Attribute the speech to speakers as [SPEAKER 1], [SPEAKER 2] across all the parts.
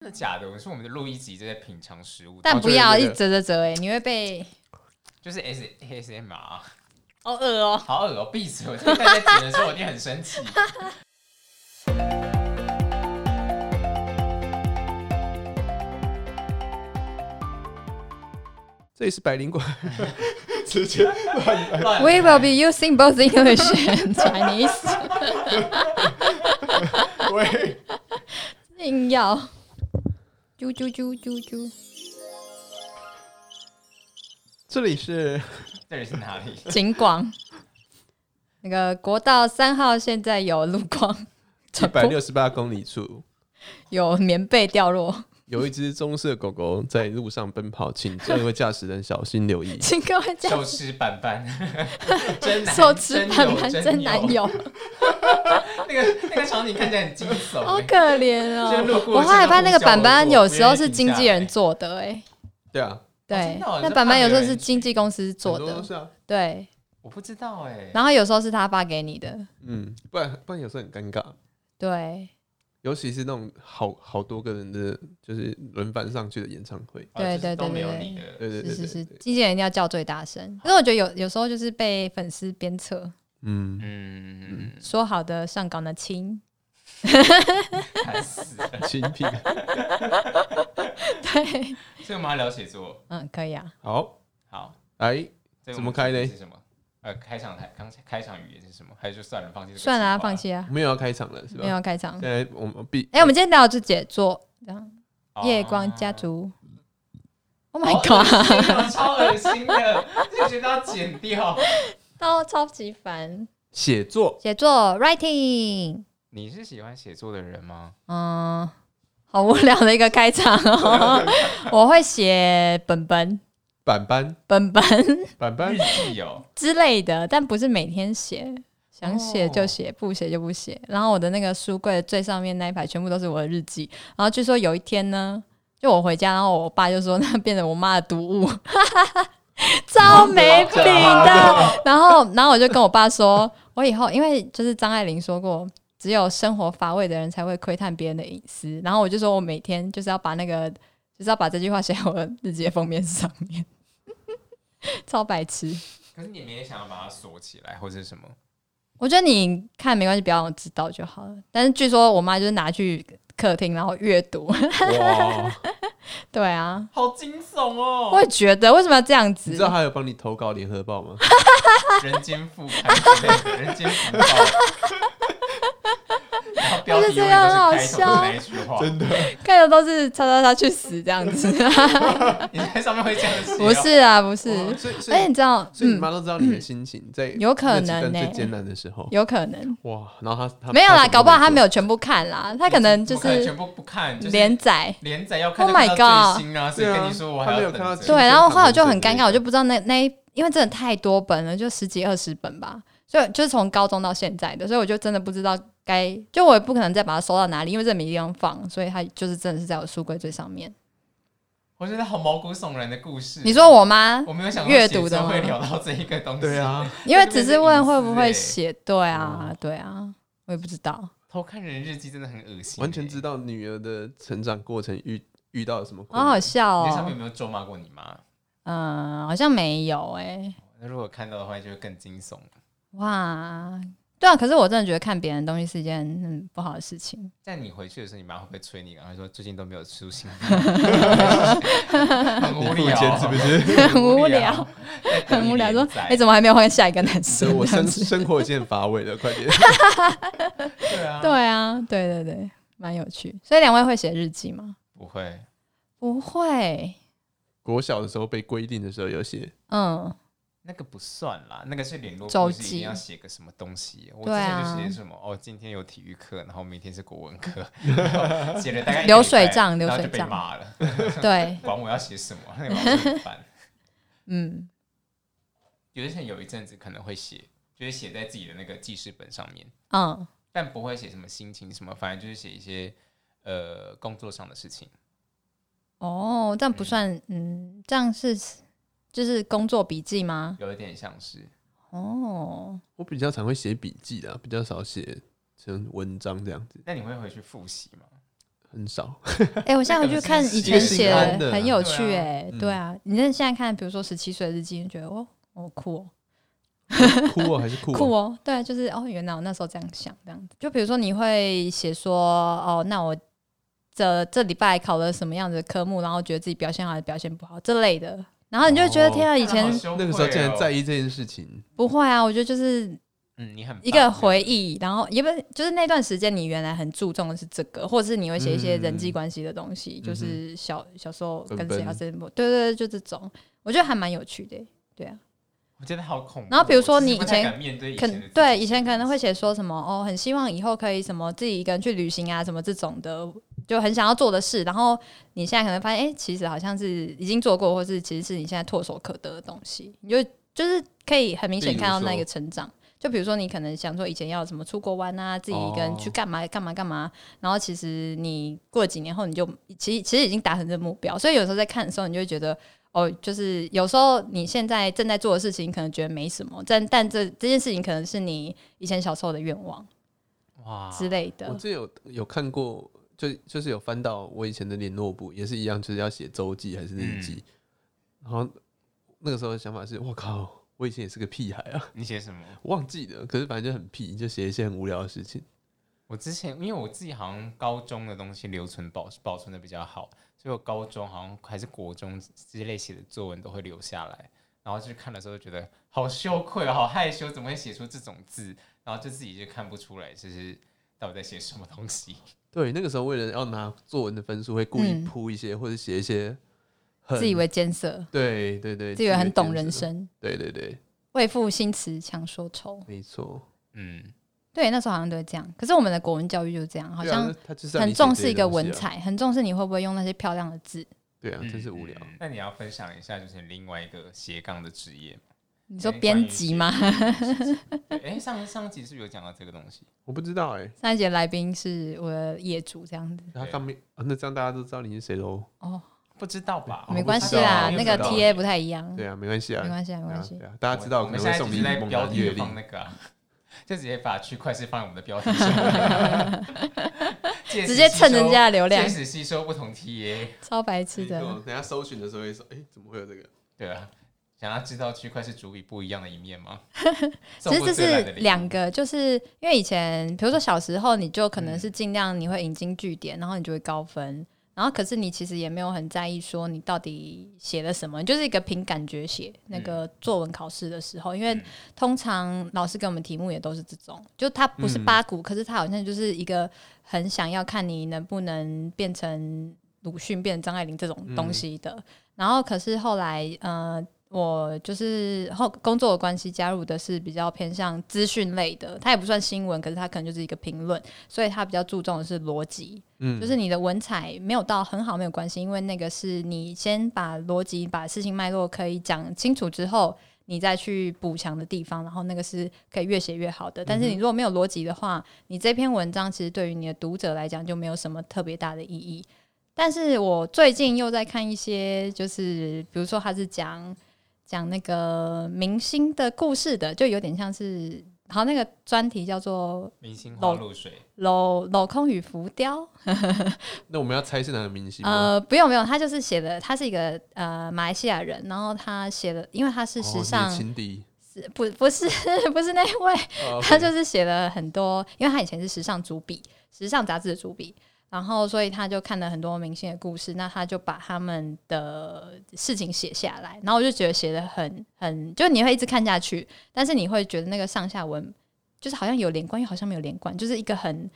[SPEAKER 1] 真的假的？我是我们的录一集就在品尝食物，
[SPEAKER 2] 但
[SPEAKER 1] 然后
[SPEAKER 2] 不
[SPEAKER 1] 哦就
[SPEAKER 2] 要
[SPEAKER 1] 会
[SPEAKER 2] 一
[SPEAKER 1] 觉
[SPEAKER 2] 直
[SPEAKER 1] 得
[SPEAKER 2] 折折折，哎，你会被
[SPEAKER 1] 就是 S S M R，
[SPEAKER 2] 好恶哦。
[SPEAKER 1] 好恶哦、闭嘴！我在大家剪的时候，我一定很生气。
[SPEAKER 3] 这里是百灵馆， 直接乱来。
[SPEAKER 1] 乱
[SPEAKER 2] We will be using both English and Chinese。
[SPEAKER 3] 喂，
[SPEAKER 2] 硬要，啾啾啾啾啾，
[SPEAKER 3] 这里是
[SPEAKER 1] 这里是哪里？
[SPEAKER 2] 景广。那个国道三号现在有路况，
[SPEAKER 3] 一百六十八公里处，
[SPEAKER 2] 有棉被掉落，
[SPEAKER 3] 有一只棕色狗狗在路上奔跑，请各位驾驶人小心留意。
[SPEAKER 2] 请各位家
[SPEAKER 1] 手持板板，真男
[SPEAKER 2] 手持板板
[SPEAKER 1] 真
[SPEAKER 2] 真
[SPEAKER 1] 友
[SPEAKER 2] 男，友，
[SPEAKER 1] 那个那个场景看起来很惊悚、
[SPEAKER 2] 好
[SPEAKER 1] 欸。
[SPEAKER 2] 可怜
[SPEAKER 1] 就
[SPEAKER 2] 哦
[SPEAKER 1] 路。过
[SPEAKER 2] 我后来发现那个板板有时候
[SPEAKER 1] 我不愿
[SPEAKER 2] 是
[SPEAKER 1] 意停
[SPEAKER 2] 经纪人
[SPEAKER 1] 下来
[SPEAKER 2] 做的，哎，
[SPEAKER 3] 对啊，
[SPEAKER 2] 对，
[SPEAKER 1] 真的哦你
[SPEAKER 2] 那
[SPEAKER 1] 说
[SPEAKER 2] 板板有时
[SPEAKER 1] 怕
[SPEAKER 2] 候
[SPEAKER 1] 没有
[SPEAKER 2] 是
[SPEAKER 1] 人
[SPEAKER 2] 经纪公司
[SPEAKER 3] 很
[SPEAKER 2] 做
[SPEAKER 3] 多都
[SPEAKER 2] 的，
[SPEAKER 3] 是啊。
[SPEAKER 2] 对，
[SPEAKER 1] 我不知道哎、
[SPEAKER 2] 然后有时候是他发给你的，
[SPEAKER 3] 嗯，不然不然有时候很尴尬，
[SPEAKER 2] 对。
[SPEAKER 3] 尤其是那种好好多个人的，就是轮番上去的演唱会。
[SPEAKER 1] 哦就是
[SPEAKER 2] 对对对
[SPEAKER 1] 都没有
[SPEAKER 2] 对
[SPEAKER 1] 你的。
[SPEAKER 3] 对对
[SPEAKER 2] 是
[SPEAKER 3] 对
[SPEAKER 2] 是
[SPEAKER 3] 对
[SPEAKER 2] 是
[SPEAKER 3] 对，
[SPEAKER 2] 经纪人一定要叫最大声。可是我觉得有有时候就是被粉丝鞭策，
[SPEAKER 3] 嗯，
[SPEAKER 1] 嗯，
[SPEAKER 2] 说好的上岗的亲，
[SPEAKER 1] 烦死了！
[SPEAKER 3] 亲 屁。
[SPEAKER 2] 对，
[SPEAKER 1] 所以我们要聊写作，
[SPEAKER 2] 嗯，可以啊。
[SPEAKER 3] 好，哎
[SPEAKER 1] 好，
[SPEAKER 3] 来，
[SPEAKER 1] 所以我们
[SPEAKER 3] 怎么开嘞
[SPEAKER 1] 是什么？呃，开场台，刚才开场语言是什么？还是就算了，放弃这个计划？
[SPEAKER 2] 算了、啊，放弃啊，
[SPEAKER 3] 没有要开场了是吧
[SPEAKER 2] 没？有开场
[SPEAKER 3] 现。在我们必
[SPEAKER 2] 哎、我们今天聊的是解作，这样
[SPEAKER 1] 哦。
[SPEAKER 2] 《夜光家族》Oh
[SPEAKER 1] 好
[SPEAKER 2] my
[SPEAKER 1] 恶
[SPEAKER 2] god，
[SPEAKER 1] 心哦 超恶心的，这个得要剪掉。
[SPEAKER 2] 都超级烦。
[SPEAKER 3] 写作
[SPEAKER 2] 写作 writing，
[SPEAKER 1] 你是喜欢写作的人吗？
[SPEAKER 2] 嗯，好无聊的一个开场哦。我会写本本、
[SPEAKER 3] 板板
[SPEAKER 2] 本本
[SPEAKER 3] 板
[SPEAKER 1] 日
[SPEAKER 3] 板
[SPEAKER 1] 记哦，
[SPEAKER 2] 之类的，但不是每天写，想写就
[SPEAKER 1] 哦
[SPEAKER 2] 写，不写就不写。然后我的那个书柜的最上面那一排全部都是我的日记。然后据说有一天呢，就我回家，然后我爸就说那变成我妈的读物，超没品的。然后，然后我就跟我爸说，我以后因为就是张爱玲说过。只有生活乏味的人才会窥探别人的隐私，然后我就说，我每天就是要把那个，就是要把这句话写在我的日记的封面上面， 超白痴。
[SPEAKER 1] 可是你们也想要把它锁起来，或者是什么？
[SPEAKER 2] 我觉得你看没关系，不要让我知道就好了。但是据说我妈就是拿去客厅，然后阅读。
[SPEAKER 3] 哇！
[SPEAKER 2] 对啊，
[SPEAKER 1] 好惊悚
[SPEAKER 2] 我
[SPEAKER 1] 哦！
[SPEAKER 2] 也觉得为什么要这样
[SPEAKER 3] 你
[SPEAKER 2] 子
[SPEAKER 3] 知？道他有帮你投稿联合报吗？
[SPEAKER 1] 人间富刊之类 的，人间福报。然后标题永远都是开头的那一句话，
[SPEAKER 3] 真的，
[SPEAKER 2] 看的都是叉叉叉去死这样 子。
[SPEAKER 1] 你在上面会这样写哦、
[SPEAKER 2] 不是啊，不是。
[SPEAKER 3] 哇所以所以
[SPEAKER 2] 而且你知道，
[SPEAKER 3] 哦所以你
[SPEAKER 2] 嗯，
[SPEAKER 3] 妈都知道你的心情，在
[SPEAKER 2] 有可能
[SPEAKER 3] 那几段
[SPEAKER 2] 呢
[SPEAKER 3] 最艰难的时候，
[SPEAKER 2] 嗯有可能
[SPEAKER 3] 哇！然后她她
[SPEAKER 2] 没有啦，
[SPEAKER 3] 她怎么
[SPEAKER 2] 搞不好她
[SPEAKER 3] 做
[SPEAKER 2] 没有全部看啦，她可能就
[SPEAKER 1] 我可能
[SPEAKER 2] 是
[SPEAKER 1] 全部不看，就是
[SPEAKER 2] 连载。
[SPEAKER 1] 连载要看
[SPEAKER 2] Oh
[SPEAKER 1] 到
[SPEAKER 2] my
[SPEAKER 1] 看到最新啊，谁跟你说我还要
[SPEAKER 3] 他没有看到
[SPEAKER 1] 等着？
[SPEAKER 3] 最新
[SPEAKER 2] 对，然后后来我就很
[SPEAKER 3] 全
[SPEAKER 2] 尴
[SPEAKER 3] 部看完
[SPEAKER 2] 尬，我就不知道那那一，因为真的太多本了，就十几二十本吧，所以就是从高中到现在的，所以我就真的不知道该，就我也不可能再把它收到哪里，因为这没地方放，所以它就是真的是在我书柜最上面。
[SPEAKER 1] 我觉得好毛骨悚然的故事。
[SPEAKER 2] 你说我妈，
[SPEAKER 1] 我没有想到
[SPEAKER 2] 阅读的
[SPEAKER 1] 写作会
[SPEAKER 2] 吗
[SPEAKER 1] 聊到这一个东西，
[SPEAKER 3] 对，啊，
[SPEAKER 2] 因为只是问会不会
[SPEAKER 1] 这边
[SPEAKER 2] 写，对
[SPEAKER 1] 哦
[SPEAKER 2] 啊，对啊，我也不知道。
[SPEAKER 1] 偷看人日记真的很恶心、欸
[SPEAKER 3] 完全知
[SPEAKER 1] 道。
[SPEAKER 3] 道女儿的成长过程遇遇到了什么困
[SPEAKER 2] 好好
[SPEAKER 3] 难。
[SPEAKER 2] 笑
[SPEAKER 1] 你在上面有没
[SPEAKER 2] 哦，
[SPEAKER 1] 有咒骂过你妈？
[SPEAKER 2] 嗯，好像没有哎、
[SPEAKER 1] 那如果看到的话，就会更惊悚。
[SPEAKER 2] 哇，对啊，可是我真的觉得看别人的东西是一件很不好的事情。
[SPEAKER 1] 在你回去的时候，你妈会不会催你？然后说最近都没有出 新歌，很
[SPEAKER 3] 你
[SPEAKER 1] 无
[SPEAKER 3] 付钱
[SPEAKER 1] 聊，啊
[SPEAKER 3] 是不是？
[SPEAKER 2] 很无聊，
[SPEAKER 1] 在等
[SPEAKER 2] 很
[SPEAKER 1] 你
[SPEAKER 2] 无聊，说
[SPEAKER 1] 连载
[SPEAKER 2] 哎、怎么还没有换下一个男
[SPEAKER 3] 所以
[SPEAKER 2] 生？
[SPEAKER 3] 我
[SPEAKER 2] 这样
[SPEAKER 3] 生
[SPEAKER 2] 子
[SPEAKER 3] 生活已经很乏味了，快点。
[SPEAKER 1] 对啊，
[SPEAKER 2] 对啊，对对对，蛮有趣。所以两位会写日记吗？
[SPEAKER 1] 不会，
[SPEAKER 2] 不会，
[SPEAKER 3] 国小的时候被规定的时候有写，
[SPEAKER 2] 嗯，
[SPEAKER 1] 那个不算啦，那个是联络
[SPEAKER 2] 周
[SPEAKER 1] 簿是一
[SPEAKER 2] 记
[SPEAKER 1] 定要写个什么东西。我之
[SPEAKER 2] 对
[SPEAKER 1] 前
[SPEAKER 2] 啊
[SPEAKER 1] 就写什么、哦，今天有体育课，然后明天是国文 课，然后写了大概一个礼拜
[SPEAKER 2] 流水账
[SPEAKER 1] 然后
[SPEAKER 2] 流水
[SPEAKER 1] 就被
[SPEAKER 2] 账
[SPEAKER 1] 骂了，
[SPEAKER 2] 对，
[SPEAKER 1] 管我要写什么， 那个老师很烦。
[SPEAKER 2] 嗯，
[SPEAKER 1] 有些人有一阵子可能会写，就是写在自己的那个记事本上面，
[SPEAKER 2] 嗯，
[SPEAKER 1] 但不会写什么心情什么，反正就是写一些呃工作上的事情。
[SPEAKER 2] 哦，这样不算，嗯，这样是就是工作笔记吗？
[SPEAKER 1] 有一点像是，
[SPEAKER 2] 哦，
[SPEAKER 3] 我比较常会写笔记的，比较少写成文章这样子。
[SPEAKER 1] 那你会回去复习吗？
[SPEAKER 3] 很少，
[SPEAKER 2] 哎、我现在回去看以前写
[SPEAKER 3] 那个是一个心安的啊
[SPEAKER 2] 很有趣哎、
[SPEAKER 3] 对啊
[SPEAKER 2] 对啊，你那现在看，比如说十七岁的日记，你觉得哦，哦酷哦，
[SPEAKER 3] 酷哦还是 酷哦
[SPEAKER 2] 酷哦，对，就是哦，原来我那时候这样想，这样子。就比如说你会写说，哦，那我这这礼拜考了什么样子的科目，然后觉得自己表现好还是表现不好这类的，然后你就觉得、
[SPEAKER 3] 哦
[SPEAKER 2] 天啊，以前
[SPEAKER 3] 那个时候竟然在
[SPEAKER 1] 意，
[SPEAKER 3] 意这件事情，
[SPEAKER 2] 不会啊，我觉得就是
[SPEAKER 1] 嗯，你很
[SPEAKER 2] 一
[SPEAKER 1] 棒
[SPEAKER 2] 个回忆，然后也不是就是那段时间你原来很注重的是这个，或者是你会写一些人际关系的东西，
[SPEAKER 3] 嗯
[SPEAKER 2] 就是小小时候跟
[SPEAKER 3] 本
[SPEAKER 2] 谁
[SPEAKER 3] 本
[SPEAKER 2] 要谁不，对对对，就这种，我觉得还蛮有趣的、对啊，
[SPEAKER 1] 我觉得好恐怖。
[SPEAKER 2] 然后比如说你
[SPEAKER 1] 我其实不太
[SPEAKER 2] 以前
[SPEAKER 1] 敢面对以
[SPEAKER 2] 可
[SPEAKER 1] 前的自
[SPEAKER 2] 能
[SPEAKER 1] 己
[SPEAKER 2] 对以前可能会写说什么哦，很希望以后可以什么自己一个人去旅行啊，什么这种的，就很想要做的事。然后你现在可能发现，哎、其实好像是已经做过，或是其实是你现在唾手可得的东西，你就就是可以很明显
[SPEAKER 3] 比如
[SPEAKER 2] 看到那
[SPEAKER 3] 说
[SPEAKER 2] 个成长。就比如说，你可能想说以前要什么出国玩啊，自己一个人去
[SPEAKER 3] 哦
[SPEAKER 2] 干嘛干嘛干嘛，然后其实你过几年后，你就其实其实已经达成这个目标，所以有时候在看的时候，你就会觉得哦，就是有时候你现在正在做的事情，可能觉得没什么，但但这这件事情可能是你以前小时候的愿望
[SPEAKER 1] 哇，
[SPEAKER 2] 之类的
[SPEAKER 3] 啊我。之前有有看过，就就是有翻到我以前的联络簿，也是一样，就是要写周记还是日记。
[SPEAKER 1] 嗯
[SPEAKER 3] 然后那个时候的想法是，我靠，我以前也是个屁孩啊，
[SPEAKER 1] 你写什么？
[SPEAKER 3] 忘记了。可是反正就很屁，就写一些很无聊的事情。
[SPEAKER 1] 我之前因为我自己好像高中的东西留存保保存的比较好，所以我高中好像还是国中之类写的作文都会留下来，然后去看的时候就觉得好羞愧哦，好害羞，怎么会写出这种字？然后就自己就看不出来，就是到底在写什么东西。
[SPEAKER 3] 对，那个时候为了要拿作文的分数，会故意
[SPEAKER 2] 嗯
[SPEAKER 3] 铺一些、或者写一些很
[SPEAKER 2] 自以为艰涩，
[SPEAKER 3] 对对对，
[SPEAKER 2] 自以为很懂人
[SPEAKER 3] 艰涩。
[SPEAKER 2] 生，
[SPEAKER 3] 对对对，
[SPEAKER 2] 为赋新词强说愁。
[SPEAKER 3] 没错，
[SPEAKER 1] 嗯，
[SPEAKER 2] 对，那时候好像都会这样。可是我们的国文教育就是这样，好
[SPEAKER 3] 对啊
[SPEAKER 2] 像
[SPEAKER 3] 那他就是要你
[SPEAKER 2] 很
[SPEAKER 3] 写
[SPEAKER 2] 重
[SPEAKER 3] 这
[SPEAKER 2] 视
[SPEAKER 3] 些
[SPEAKER 2] 一个
[SPEAKER 3] 东西
[SPEAKER 2] 文
[SPEAKER 3] 啊，
[SPEAKER 2] 采，很重视你会不会用那些漂亮的字。
[SPEAKER 3] 对 啊，
[SPEAKER 1] 嗯
[SPEAKER 3] 真是无聊。
[SPEAKER 1] 嗯那你要分享一下，就是另外一个斜杠的职业吗。哎
[SPEAKER 2] 你
[SPEAKER 3] 哎
[SPEAKER 2] 说编辑吗？
[SPEAKER 1] 对，哎、上上集是不是有讲到这个东西？
[SPEAKER 3] 我不知道哎、
[SPEAKER 2] 上一节来宾是我的业主这样子。
[SPEAKER 3] 他刚没、啊，那这样大家都知道你是谁喽。
[SPEAKER 2] 哦，
[SPEAKER 1] 不知道吧？
[SPEAKER 3] 哦
[SPEAKER 2] 没
[SPEAKER 3] 不
[SPEAKER 2] 关
[SPEAKER 3] 知
[SPEAKER 2] 系
[SPEAKER 3] 道
[SPEAKER 2] 啦，
[SPEAKER 3] 我
[SPEAKER 2] 那
[SPEAKER 3] 不
[SPEAKER 2] 个
[SPEAKER 3] 知道
[SPEAKER 2] TA 不太一样，
[SPEAKER 3] 对啊，没关系啊，
[SPEAKER 2] 没关系啊，没
[SPEAKER 3] 对
[SPEAKER 2] 关
[SPEAKER 3] 啊
[SPEAKER 2] 系
[SPEAKER 3] 对。啊，大家知道
[SPEAKER 1] 我
[SPEAKER 3] 可
[SPEAKER 1] 们
[SPEAKER 3] 能
[SPEAKER 1] 现在
[SPEAKER 3] 会送
[SPEAKER 1] 只
[SPEAKER 3] 你
[SPEAKER 1] 是在
[SPEAKER 3] 蒙
[SPEAKER 1] 标
[SPEAKER 3] 娜
[SPEAKER 1] 题
[SPEAKER 3] 月
[SPEAKER 1] 放
[SPEAKER 3] 令，
[SPEAKER 1] 那个、啊，就直接把区块是放在我们的标题上， 借此
[SPEAKER 3] 啊
[SPEAKER 2] 直接蹭人家的流
[SPEAKER 1] 吸收
[SPEAKER 2] 量
[SPEAKER 1] 借，此吸收不同 TA。
[SPEAKER 2] 超白痴的。
[SPEAKER 3] 等下搜寻的时候会说，哎，怎么会有这个？
[SPEAKER 1] 对啊，想要知道区块是主与不一样的一面吗？
[SPEAKER 2] 其实这是两
[SPEAKER 1] 个，
[SPEAKER 2] 个，就是因为以前，比如说小时候，你就可能
[SPEAKER 1] 嗯
[SPEAKER 2] 是尽量你会引经据典，然后你就会高分，然后可是你其实也没有很在意说你到底写了什么，你就是一个凭感觉写那个作文考试的时候，因为
[SPEAKER 1] 嗯
[SPEAKER 2] 通常老师给我们题目也都是这种，就它不是
[SPEAKER 3] 嗯
[SPEAKER 2] 八股，可是它好像就是一个很想要看你能不能变成鲁迅、变成张爱玲这
[SPEAKER 1] 嗯
[SPEAKER 2] 种东西的。然后可是后来，呃，我就是后工作的关系加入的是比较偏向资讯类的，它也不算新闻，可是它可能就是一个评论，所以它比较注重的是逻辑，
[SPEAKER 3] 嗯
[SPEAKER 2] 就是你的文采没有到很好没有关系，因为那个是你先把逻辑、把事情脉络可以讲清楚之后，你再去补强的地方，然后那个是可以越写越好的。但是你如果没有逻辑的话，你这篇文章其实对于你的读者来讲就没有什么特别大的意义。但是我最近又在看一些，就是比如说他是讲讲那个明星的故事的，就有点像是，好那个专题叫做
[SPEAKER 1] 明星花
[SPEAKER 2] 漏
[SPEAKER 1] 露水，
[SPEAKER 2] “镂镂空与浮雕”，
[SPEAKER 3] 那我们要猜是哪个明星吗？
[SPEAKER 2] 呃，不用不用，他就是写的，他是一个呃马来西亚人，然后他写的，因为他是
[SPEAKER 3] 哦
[SPEAKER 2] 时
[SPEAKER 3] 你的
[SPEAKER 2] 尚，
[SPEAKER 3] 情敌，
[SPEAKER 2] 是不不是 不是那位，
[SPEAKER 3] 哦
[SPEAKER 2] 他
[SPEAKER 3] OK
[SPEAKER 2] 就是写了很多，因为他以前是时尚主笔，时尚杂志的主笔，然后所以他就看了很多明星的故事，那他就把他们的事情写下来，然后我就觉得写的很很，就你会一直看下去，但是你会觉得那个上下文就是好像有连贯，又好像没有连贯，就是一个很。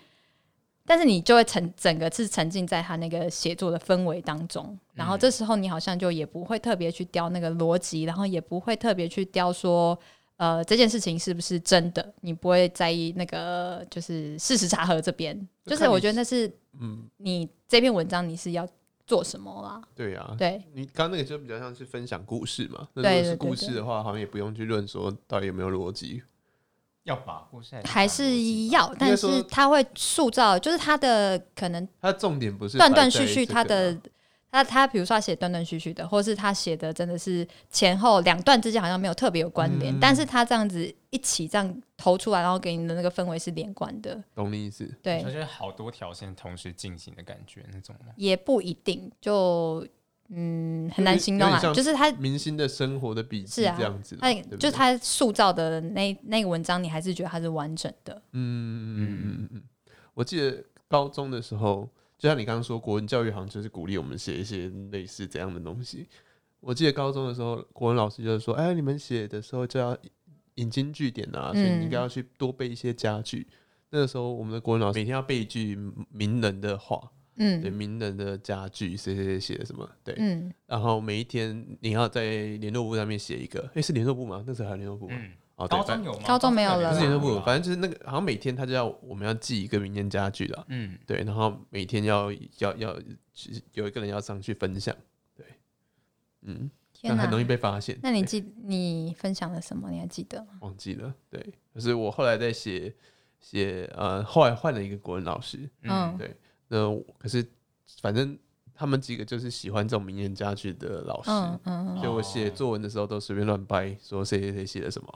[SPEAKER 2] 但是你就会沉整个是沉浸在他那个写作的氛围当中，然
[SPEAKER 3] 嗯
[SPEAKER 2] 后这时候你好像就也不会特别去雕那个逻辑，然后也不会特别去雕说呃，这件事情是不是真的，你不会在意那个就是事实查核这边，
[SPEAKER 3] 就
[SPEAKER 2] 就是
[SPEAKER 3] 看
[SPEAKER 2] 我
[SPEAKER 3] 你
[SPEAKER 2] 觉得那是
[SPEAKER 3] 嗯，
[SPEAKER 2] 你这篇文章你是要做什么啦？
[SPEAKER 3] 对啊。
[SPEAKER 2] 对
[SPEAKER 3] 你刚刚那个就比较像是分享故事嘛，那
[SPEAKER 2] 对
[SPEAKER 3] 如
[SPEAKER 2] 对对
[SPEAKER 3] 果是故
[SPEAKER 2] 对
[SPEAKER 3] 事的话，好像也不用去论说到底有没有逻辑，
[SPEAKER 1] 要把故事
[SPEAKER 2] 还是要，但
[SPEAKER 3] 该说
[SPEAKER 2] 是他会塑造，就是他的可能
[SPEAKER 3] 它的重点不是
[SPEAKER 2] 断
[SPEAKER 3] 摆
[SPEAKER 2] 断
[SPEAKER 3] 在
[SPEAKER 2] 续续，
[SPEAKER 3] 这
[SPEAKER 2] 他
[SPEAKER 3] 个
[SPEAKER 2] 的
[SPEAKER 3] 嘛
[SPEAKER 2] 那他比如说他写断断续续的，或是他写的真的是前后两段之间好像没有特别有关联，
[SPEAKER 3] 嗯
[SPEAKER 2] 但是他这样子一起这样投出来，然后给你的那个氛围是连贯的，
[SPEAKER 3] 懂你意思？
[SPEAKER 1] 你
[SPEAKER 2] 对
[SPEAKER 1] 说，就是好多条线同时进行的感觉那种吗？
[SPEAKER 2] 也不一定，就嗯很难形容
[SPEAKER 3] 有
[SPEAKER 2] 啊
[SPEAKER 3] 点，像
[SPEAKER 2] 就是他
[SPEAKER 3] 明星的生活的笔记
[SPEAKER 2] 是啊
[SPEAKER 3] 这样子啦，
[SPEAKER 2] 他
[SPEAKER 3] 对不对
[SPEAKER 2] 就是他塑造的那那个文章，你还是觉得它是完整的，
[SPEAKER 3] 嗯嗯嗯嗯嗯，我记得高中的时候，就像你刚刚说，国文教育好像就是鼓励我们写一些类似这样的东西。我记得高中的时候，国文老师就是说：“哎，你们写的时候就要引经据典啊，所以你应该要去多背一些佳句。那个时候，我们的国文老师每天要背一句名人的话，对
[SPEAKER 2] 嗯
[SPEAKER 3] 名人的佳句，谁谁谁写的什么，对。
[SPEAKER 2] 嗯
[SPEAKER 3] 然后每一天你要在联络簿上面写一个，哎，是联络簿吗？那时候还有联络簿吗？
[SPEAKER 1] 嗯，
[SPEAKER 3] 哦，对
[SPEAKER 1] 高
[SPEAKER 3] 反
[SPEAKER 1] 中有吗？
[SPEAKER 2] 高中没有了
[SPEAKER 3] 不
[SPEAKER 2] 啦
[SPEAKER 3] 是
[SPEAKER 1] 联
[SPEAKER 3] 联络
[SPEAKER 1] 络
[SPEAKER 3] 部，
[SPEAKER 1] 部，
[SPEAKER 3] 反正就是那个，好像每天他就要我们要记一个名言佳句啦，
[SPEAKER 1] 嗯，
[SPEAKER 3] 对，然后每天要要要有一个人要上去分享，对，嗯，
[SPEAKER 2] 天
[SPEAKER 3] 但
[SPEAKER 2] 哪
[SPEAKER 3] 很，容易被发现。
[SPEAKER 2] 那你
[SPEAKER 3] 对
[SPEAKER 2] 记你分享了什么？你还记得吗？
[SPEAKER 3] 忘记了？对，可是我后来在写写呃，后来换了一个国文老师，
[SPEAKER 2] 嗯
[SPEAKER 1] 嗯，
[SPEAKER 3] 对那我可是反正他们几个就是喜欢这种名言佳句的老师，
[SPEAKER 2] 嗯嗯
[SPEAKER 3] 所以我写作文的时候都随便乱掰，说谁谁谁写了什么。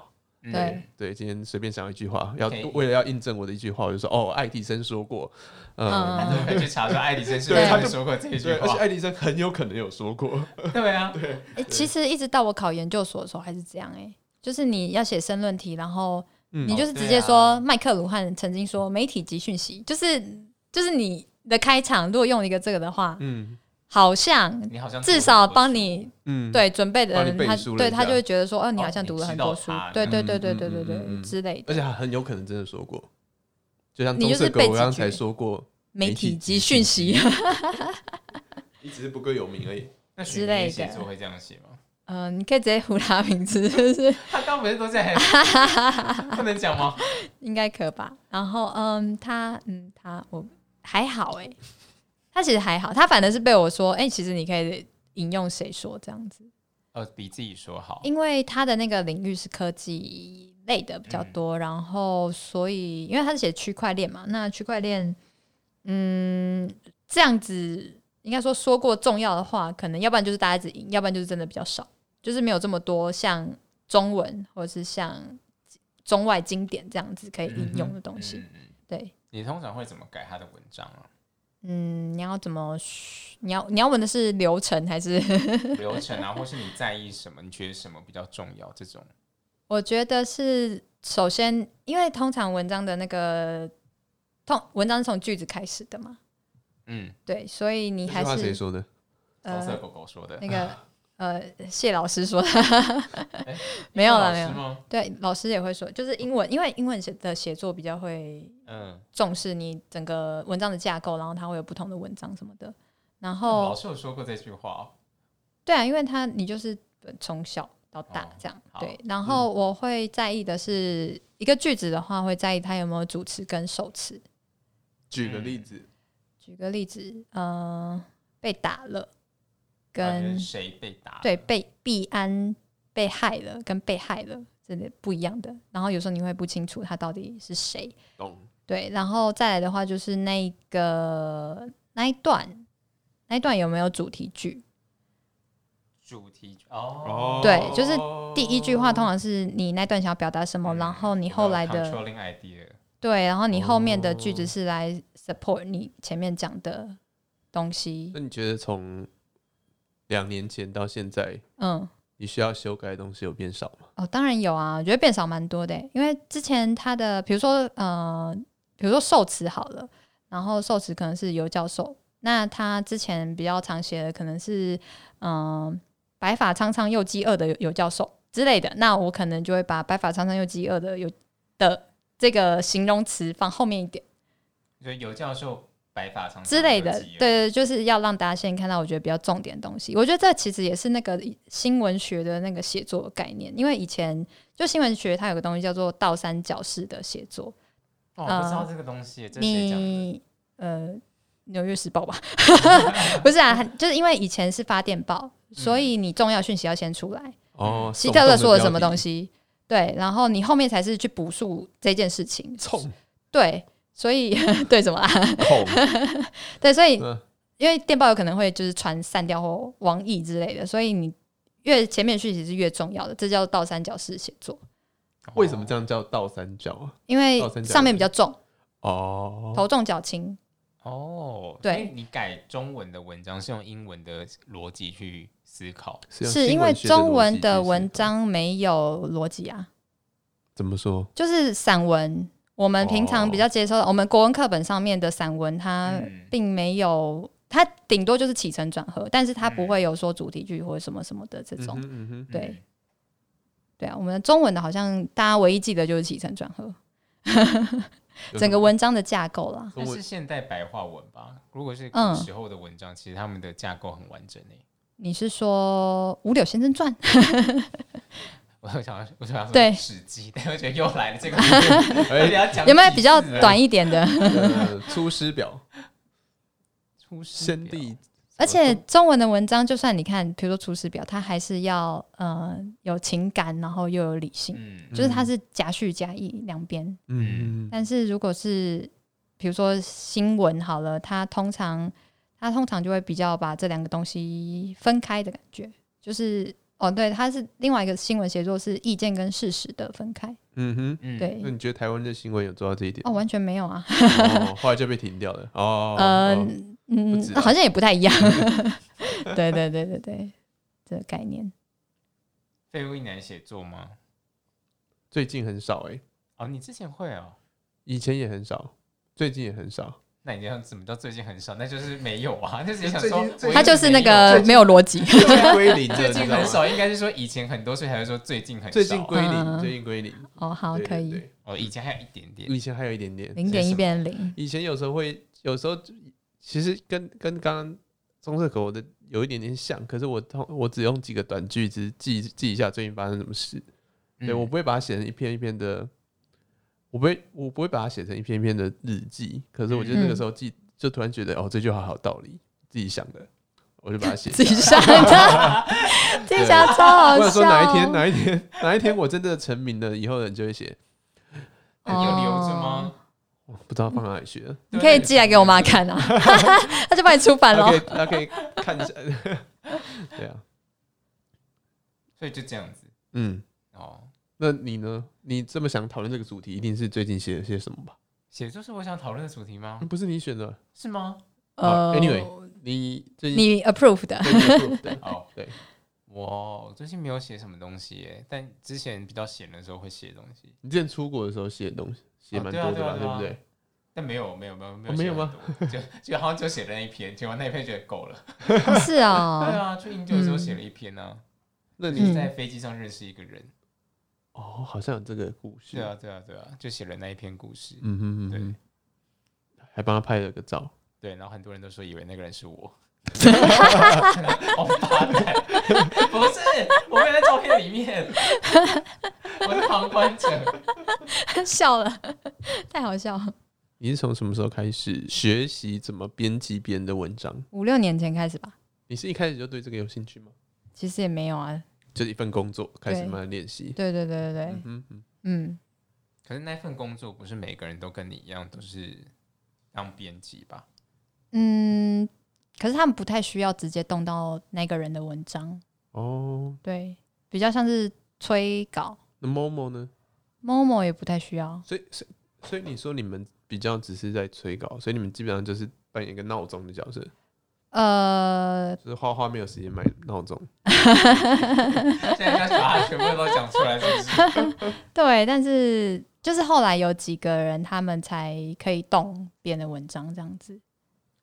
[SPEAKER 1] 嗯
[SPEAKER 2] 对
[SPEAKER 3] 对，今天随便想一句话，要
[SPEAKER 1] OK
[SPEAKER 3] 为了要印证我的一句话，我就说哦，爱迪生说过，
[SPEAKER 2] 嗯
[SPEAKER 3] 呃，
[SPEAKER 1] 那我可以去查说艾迪生是不
[SPEAKER 2] 对
[SPEAKER 1] 是有说过这一句
[SPEAKER 3] 对，而且
[SPEAKER 1] 话？
[SPEAKER 3] 爱迪生很有可能有说过，
[SPEAKER 1] 对啊，
[SPEAKER 2] 嗯、诶其实一直到我考研究所的时候还是这样哎、诶就是你要写申论题，然后
[SPEAKER 3] 嗯
[SPEAKER 2] 你就是直接说麦克卢汉曾经说媒体及讯息，就是就是你的开场，如果用一个这个的话，
[SPEAKER 3] 嗯
[SPEAKER 2] 好像
[SPEAKER 1] 你好像
[SPEAKER 2] 至少帮你
[SPEAKER 3] 嗯，
[SPEAKER 2] 对准备的
[SPEAKER 3] 帮你
[SPEAKER 2] 人，
[SPEAKER 3] 背
[SPEAKER 2] 他
[SPEAKER 3] 书了
[SPEAKER 2] 对
[SPEAKER 3] 一
[SPEAKER 2] 他
[SPEAKER 3] 下
[SPEAKER 2] 就会觉得说，哦，你
[SPEAKER 1] 哦
[SPEAKER 2] 好像
[SPEAKER 1] 你
[SPEAKER 2] 读了
[SPEAKER 1] 知
[SPEAKER 2] 很
[SPEAKER 1] 道
[SPEAKER 2] 多书
[SPEAKER 1] 他，
[SPEAKER 2] 对对
[SPEAKER 3] 嗯
[SPEAKER 2] 对对
[SPEAKER 3] 嗯
[SPEAKER 2] 对对
[SPEAKER 3] 嗯嗯
[SPEAKER 2] 对
[SPEAKER 3] 嗯
[SPEAKER 2] 之类的。
[SPEAKER 3] 而且他很有可能真的说过，就像
[SPEAKER 2] 你
[SPEAKER 3] 棕
[SPEAKER 2] 就是
[SPEAKER 3] 色狗，
[SPEAKER 2] 背
[SPEAKER 3] 我
[SPEAKER 2] 几
[SPEAKER 3] 刚
[SPEAKER 2] 句
[SPEAKER 3] 才说过，
[SPEAKER 2] 媒体及
[SPEAKER 3] 及
[SPEAKER 2] 讯息，
[SPEAKER 3] 你只是不够有名而已。
[SPEAKER 1] 那
[SPEAKER 2] 之类的
[SPEAKER 1] 许明写作会这样写吗？
[SPEAKER 2] 嗯、你可以直接胡他名字，就是
[SPEAKER 1] 他刚不是都在 不能讲吗？
[SPEAKER 2] 应该可吧。然后，嗯，他，嗯，他，我还好哎、他其实还好，他反正是被我说，哎、其实你可以引用谁说这样子，
[SPEAKER 1] 哦，比自己说好。
[SPEAKER 2] 因为他的那个领域是科技类的比较多，然后所以因为他是写区块链嘛，那区块链，嗯，这样子应该说说过重要的话，可能要不然就是大家只赢，要不然就是真的比较少，就是没有这么多像中文或者是像中外经典这样子可以引用的东西。
[SPEAKER 1] 嗯嗯嗯
[SPEAKER 2] 对，
[SPEAKER 1] 你通常会怎么改他的文章 啊？
[SPEAKER 2] 嗯，你要怎么学？你要你要问的是流程还是？
[SPEAKER 1] 流程啊，或是你在意什么？你觉得什么比较重要？这种
[SPEAKER 2] 我觉得是首先，因为通常文章的那个通文章是从句子开始的嘛，
[SPEAKER 1] 嗯，
[SPEAKER 2] 对，所以你
[SPEAKER 3] 这句
[SPEAKER 2] 还
[SPEAKER 3] 话谁
[SPEAKER 2] 是
[SPEAKER 3] 说的？
[SPEAKER 1] 棕色
[SPEAKER 2] 呃
[SPEAKER 1] 狗狗说的
[SPEAKER 2] 那，个呃谢老师说的，
[SPEAKER 1] 哎
[SPEAKER 2] 没有了
[SPEAKER 1] 老
[SPEAKER 2] 没
[SPEAKER 1] 师
[SPEAKER 2] 有，
[SPEAKER 1] 吗？
[SPEAKER 2] 对，老师也会说，就是英文，因为英文写的写作比较会
[SPEAKER 1] 嗯，
[SPEAKER 2] 重视你整个文章的架构，然后它会有不同的文章什么的，然后
[SPEAKER 1] 老师有说过这句话哦。
[SPEAKER 2] 对啊，因为他你就是呃从小到大
[SPEAKER 1] 哦
[SPEAKER 2] 这样、
[SPEAKER 1] 好
[SPEAKER 2] 对，然后我会在意的是、一个句子的话，会在意它有没有主词跟受词。
[SPEAKER 3] 举
[SPEAKER 2] 嗯
[SPEAKER 3] 个例子，
[SPEAKER 2] 举个例子，呃，被打了，
[SPEAKER 1] 啊就
[SPEAKER 2] 跟
[SPEAKER 1] 是谁被打了？
[SPEAKER 2] 对被必安被害了，跟被害了真的不一样的。然后有时候你会不清楚他到底是谁，
[SPEAKER 3] 懂？
[SPEAKER 2] 对，然后再来的话就是那个那一段，那一段有没有主题句？
[SPEAKER 1] 主题哦
[SPEAKER 3] 哦，
[SPEAKER 2] 对就是第一句话通常是你那段想要表达什么，嗯然后你后来的
[SPEAKER 1] controlling idea，
[SPEAKER 2] 对，然后你后面的句
[SPEAKER 3] 哦
[SPEAKER 2] 子是来 support 你前面讲的东西
[SPEAKER 3] 那。你觉得从两年前到现在，
[SPEAKER 2] 嗯，
[SPEAKER 3] 你需要修改的东西有变少吗？
[SPEAKER 2] 哦，当然有啊，我觉得变少蛮多的欸，因为之前他的比如说呃，比如说受词好了，然后受词可能是尤教授，那他之前比较常写的可能是嗯、呃白发苍苍又饥饿的尤尤教授之类的，那我可能就会把白发苍苍又饥饿的有的这个形容词放后面一点
[SPEAKER 1] 就尤教授白发长
[SPEAKER 2] 之类的，对，对，就是要让大家先看到我觉得比较重点的东西。我觉得这其实也是那个新闻学的那个写作概念，因为以前就新闻学它有个东西叫做倒三角式的写作，
[SPEAKER 1] 哦，我不知道这个东西，这是谁讲的？
[SPEAKER 2] 嗯你呃《纽约时报》 吧，不是啊，就是因为以前是发电报，所以你重要讯息要先出来，
[SPEAKER 3] 哦，
[SPEAKER 2] 希特勒说了什么
[SPEAKER 3] 嗯耸动的标
[SPEAKER 2] 东
[SPEAKER 3] 题？
[SPEAKER 2] 西，对，然后你后面才是去补述这件事情，
[SPEAKER 3] 冲
[SPEAKER 2] 对，所以对什么啦？
[SPEAKER 3] 恐，
[SPEAKER 2] 对，所以
[SPEAKER 3] 嗯
[SPEAKER 2] 因为电报有可能会就是传散掉或网译之类的，所以你越前面的讯息是越重要的，这叫倒三角式写作，
[SPEAKER 1] 哦
[SPEAKER 3] 为什么这样叫倒三角啊？
[SPEAKER 2] 因为
[SPEAKER 3] 倒三角
[SPEAKER 2] 上面比较重，
[SPEAKER 3] 哦，
[SPEAKER 2] 头重脚轻。
[SPEAKER 1] 哦，
[SPEAKER 2] 对
[SPEAKER 1] 所以你改中文的文章是用英文的逻辑去思考，
[SPEAKER 3] 用
[SPEAKER 2] 是因
[SPEAKER 3] 啊新
[SPEAKER 2] 为
[SPEAKER 3] 学的
[SPEAKER 2] 中
[SPEAKER 3] 逻
[SPEAKER 2] 文
[SPEAKER 3] 辑
[SPEAKER 2] 的
[SPEAKER 3] 去思
[SPEAKER 2] 文
[SPEAKER 3] 考
[SPEAKER 2] 章没有逻辑啊，
[SPEAKER 3] 怎么说？
[SPEAKER 2] 就是散文。我们平常比
[SPEAKER 3] 哦
[SPEAKER 2] 较接收的，我们国文课本上面的散文，它
[SPEAKER 1] 嗯
[SPEAKER 2] 并没有，它顶多就是起承转合，但是它不
[SPEAKER 1] 嗯
[SPEAKER 2] 会有说主题句或者什么什么的这
[SPEAKER 3] 嗯
[SPEAKER 2] 种。
[SPEAKER 3] 哼嗯哼，
[SPEAKER 2] 对对啊，我们的中文的好像大家唯一记得就是起承转合，
[SPEAKER 3] 有
[SPEAKER 2] 整
[SPEAKER 3] 什
[SPEAKER 2] 个
[SPEAKER 3] 么
[SPEAKER 2] 文章的架构啦。
[SPEAKER 1] 那是
[SPEAKER 3] 中文
[SPEAKER 1] 现代白话文吧？如果是古
[SPEAKER 2] 嗯
[SPEAKER 1] 时候的文章，其实他们的架构很完整欸诶、
[SPEAKER 2] 你是说《五柳先生传》
[SPEAKER 1] 我想要，我想要说
[SPEAKER 2] 对
[SPEAKER 1] 《史记》， 但我觉得又来 了这个，而且要讲
[SPEAKER 2] 有没有比较
[SPEAKER 1] 几次了
[SPEAKER 2] 短一 点的？
[SPEAKER 3] 哎 呃出师表、
[SPEAKER 1] 出师
[SPEAKER 3] 先
[SPEAKER 1] 表
[SPEAKER 3] 帝，
[SPEAKER 2] 而且中文的文章，就算你看，比如说《出师表》，它还是要呃有情感，然后又有理性，
[SPEAKER 1] 嗯，
[SPEAKER 2] 就是它是夹叙夹议两边。
[SPEAKER 3] 嗯，嗯
[SPEAKER 2] 但是如果是比如说新闻好了，它通常它通常就会比较把这两个东西分开的感觉，就是哦，对，它是另外一个新闻写作是意见跟事实的分开，
[SPEAKER 3] 嗯哼。
[SPEAKER 1] 嗯，
[SPEAKER 2] 对
[SPEAKER 3] 那，你觉得台湾的新闻有做到这一点？
[SPEAKER 2] 哦，完全没有啊，
[SPEAKER 3] 哦，后来就被停掉了。哦，哦
[SPEAKER 2] 嗯
[SPEAKER 3] 不
[SPEAKER 2] 嗯
[SPEAKER 3] 知，道
[SPEAKER 2] 好像也不太一样， 对对对对对，这个概念，
[SPEAKER 1] 废物一难写作吗？
[SPEAKER 3] 最近很少哎，
[SPEAKER 1] 哦，你之前会哦，
[SPEAKER 3] 以前也很少，最近也 很少。
[SPEAKER 1] 那你这样怎么叫最近很少？那就是没有啊，那是想
[SPEAKER 3] 最
[SPEAKER 1] 说
[SPEAKER 3] 近最
[SPEAKER 1] 我
[SPEAKER 3] 近
[SPEAKER 2] 它
[SPEAKER 1] 一直
[SPEAKER 2] 就是
[SPEAKER 1] 没
[SPEAKER 2] 那
[SPEAKER 1] 有
[SPEAKER 2] 个没有逻 辑，
[SPEAKER 3] 最近归零了，
[SPEAKER 1] 最
[SPEAKER 3] 你
[SPEAKER 1] 近
[SPEAKER 3] 知道
[SPEAKER 1] 很
[SPEAKER 3] 吗
[SPEAKER 1] 少，应该是说以前很多，所以才会说最近很少。
[SPEAKER 3] 最近归
[SPEAKER 2] 嗯
[SPEAKER 3] 零，最近归零。
[SPEAKER 2] 哦，好，
[SPEAKER 3] 对
[SPEAKER 2] 可
[SPEAKER 3] 对
[SPEAKER 2] 以，
[SPEAKER 3] 对
[SPEAKER 1] 哦，以前还有一点点，
[SPEAKER 3] 以前还有一点点，
[SPEAKER 2] 零点一变零，
[SPEAKER 3] 以前有时候会，有时候就其实跟跟刚刚棕色狗的有一点点像，可是我通我只用几个短句子记记一下最近发生什么事，对我
[SPEAKER 1] 嗯
[SPEAKER 3] 不会把它写成一篇一篇的，我不会我不会把它写成一篇一篇的日记，可是我就
[SPEAKER 2] 嗯
[SPEAKER 3] 那个时候记，就突然觉得哦这句话好有道理，自己想的，我就把它写下
[SPEAKER 2] 自
[SPEAKER 3] 来。
[SPEAKER 2] 己想的，自己想的超好
[SPEAKER 3] 我
[SPEAKER 2] 笑哦，
[SPEAKER 3] 想说哪一天哪一天哪一天我真的成名了以后，人就会写，
[SPEAKER 1] 那你有留着吗？
[SPEAKER 3] 我不知道放哪里去了。
[SPEAKER 2] 你可以
[SPEAKER 1] 对
[SPEAKER 2] 寄来给我妈看啊， 她就帮你出版
[SPEAKER 3] 他可以
[SPEAKER 2] 了。
[SPEAKER 3] 他可以看一下， 对啊，
[SPEAKER 1] 所以就这样子
[SPEAKER 3] 嗯，
[SPEAKER 1] 哦。
[SPEAKER 3] 那你呢？你这么想讨论这个主题，一定是最近写了些什么吧？
[SPEAKER 1] 写作是我想讨论的主题吗？
[SPEAKER 3] 不是你选的，
[SPEAKER 1] 是吗？
[SPEAKER 3] 好，anyway 你最近
[SPEAKER 2] 哦你 approve 的，
[SPEAKER 3] 最近做对
[SPEAKER 1] 哦，
[SPEAKER 3] 对，
[SPEAKER 1] 我最近没有写什么东西耶，但之前比较闲的时候会写东西，
[SPEAKER 3] 你之前出国的时候写的东西写蛮多的吧？
[SPEAKER 1] 哦
[SPEAKER 3] 对
[SPEAKER 1] 对啊对啊
[SPEAKER 3] 不
[SPEAKER 1] 对啊
[SPEAKER 3] 对？
[SPEAKER 1] 但没有没有没有没有、
[SPEAKER 3] 哦没有吗？
[SPEAKER 1] 就就好像就写了那一篇，结果那一篇觉得够 了。
[SPEAKER 2] 哦是
[SPEAKER 1] 对
[SPEAKER 2] 哦，
[SPEAKER 1] 啊，去印度的时候写了一篇呢、啊，
[SPEAKER 3] 那
[SPEAKER 1] 就是
[SPEAKER 3] 你
[SPEAKER 2] 嗯
[SPEAKER 1] 在飞机上认识一个人。
[SPEAKER 3] 嗯哦，好像有这个故事
[SPEAKER 1] 对啊，对啊，对啊，就写了那一篇故事。
[SPEAKER 3] 嗯哼嗯哼，还帮他拍了个照，
[SPEAKER 1] 对，然后很多人都说以为那个人是我， 好烦欸 不是，我没有在照片里面，我是旁观者。
[SPEAKER 2] 笑了， 太好笑了。
[SPEAKER 3] 你是从什么时候开始学习怎么编辑别人的文章？
[SPEAKER 2] 五六年前开始吧，
[SPEAKER 3] 你是一开始就对这个有兴趣吗？
[SPEAKER 2] 其实也没有啊。
[SPEAKER 3] 就是一份工作开始
[SPEAKER 2] 对
[SPEAKER 3] 慢慢练习。
[SPEAKER 2] 对对对对对
[SPEAKER 3] 嗯，哼嗯
[SPEAKER 2] 嗯，
[SPEAKER 1] 可是那份工作不是每个人都跟你一样都是当编辑吧？
[SPEAKER 2] 嗯，可是他们不太需要直接动到那个人的文章，
[SPEAKER 3] 哦，
[SPEAKER 2] 对，比较像是催稿。
[SPEAKER 3] 那 Momo 呢？
[SPEAKER 2] Momo 也不太需要，
[SPEAKER 3] 所以，所以，所以你说你们比较只是在催稿，所以你们基本上就是扮演一个闹钟的角色，
[SPEAKER 2] 呃，
[SPEAKER 3] 就是画画没有时间买闹钟。
[SPEAKER 1] 现在要把它全部都讲出来，是不是？
[SPEAKER 2] 对，但是就是后来有几个人他们才可以动别人的文章这样子，